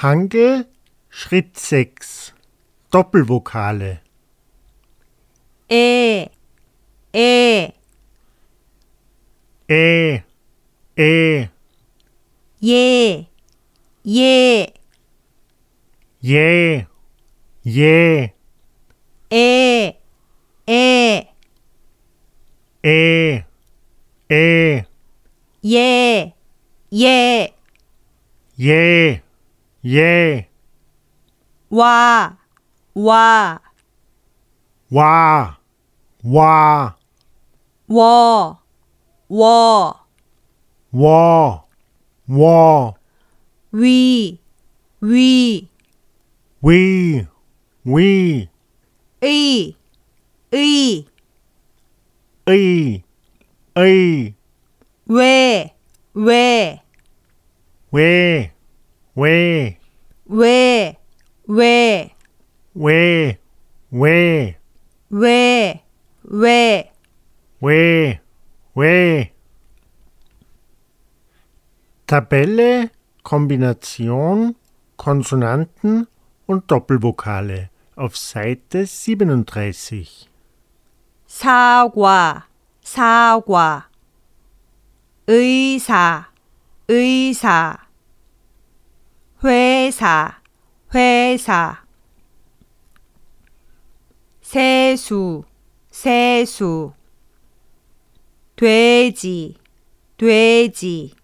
Handel, Schritt 6. Doppelvokale. 에, 에, Ä, E, Ä, 예, 예, Jä, Jä, 에, 에, Ä, Ä, 예, 예, Jä, Jä, 와, 와, Wa, Wa, 워, 워, Wa, Wa, 위, 위, Wi, Wi, 의, 의, Ä, Ä, 왜, 왜, Wä, Wä, 왜, 왜, Wä, Wä, 왜, 왜, Wä, Wä. Tabelle, Kombination, Konsonanten und Doppelvokale auf Seite 37. 사과, 사과, 의사, 의사, 회사, 회사, 세수, 세수, 돼지, 돼지,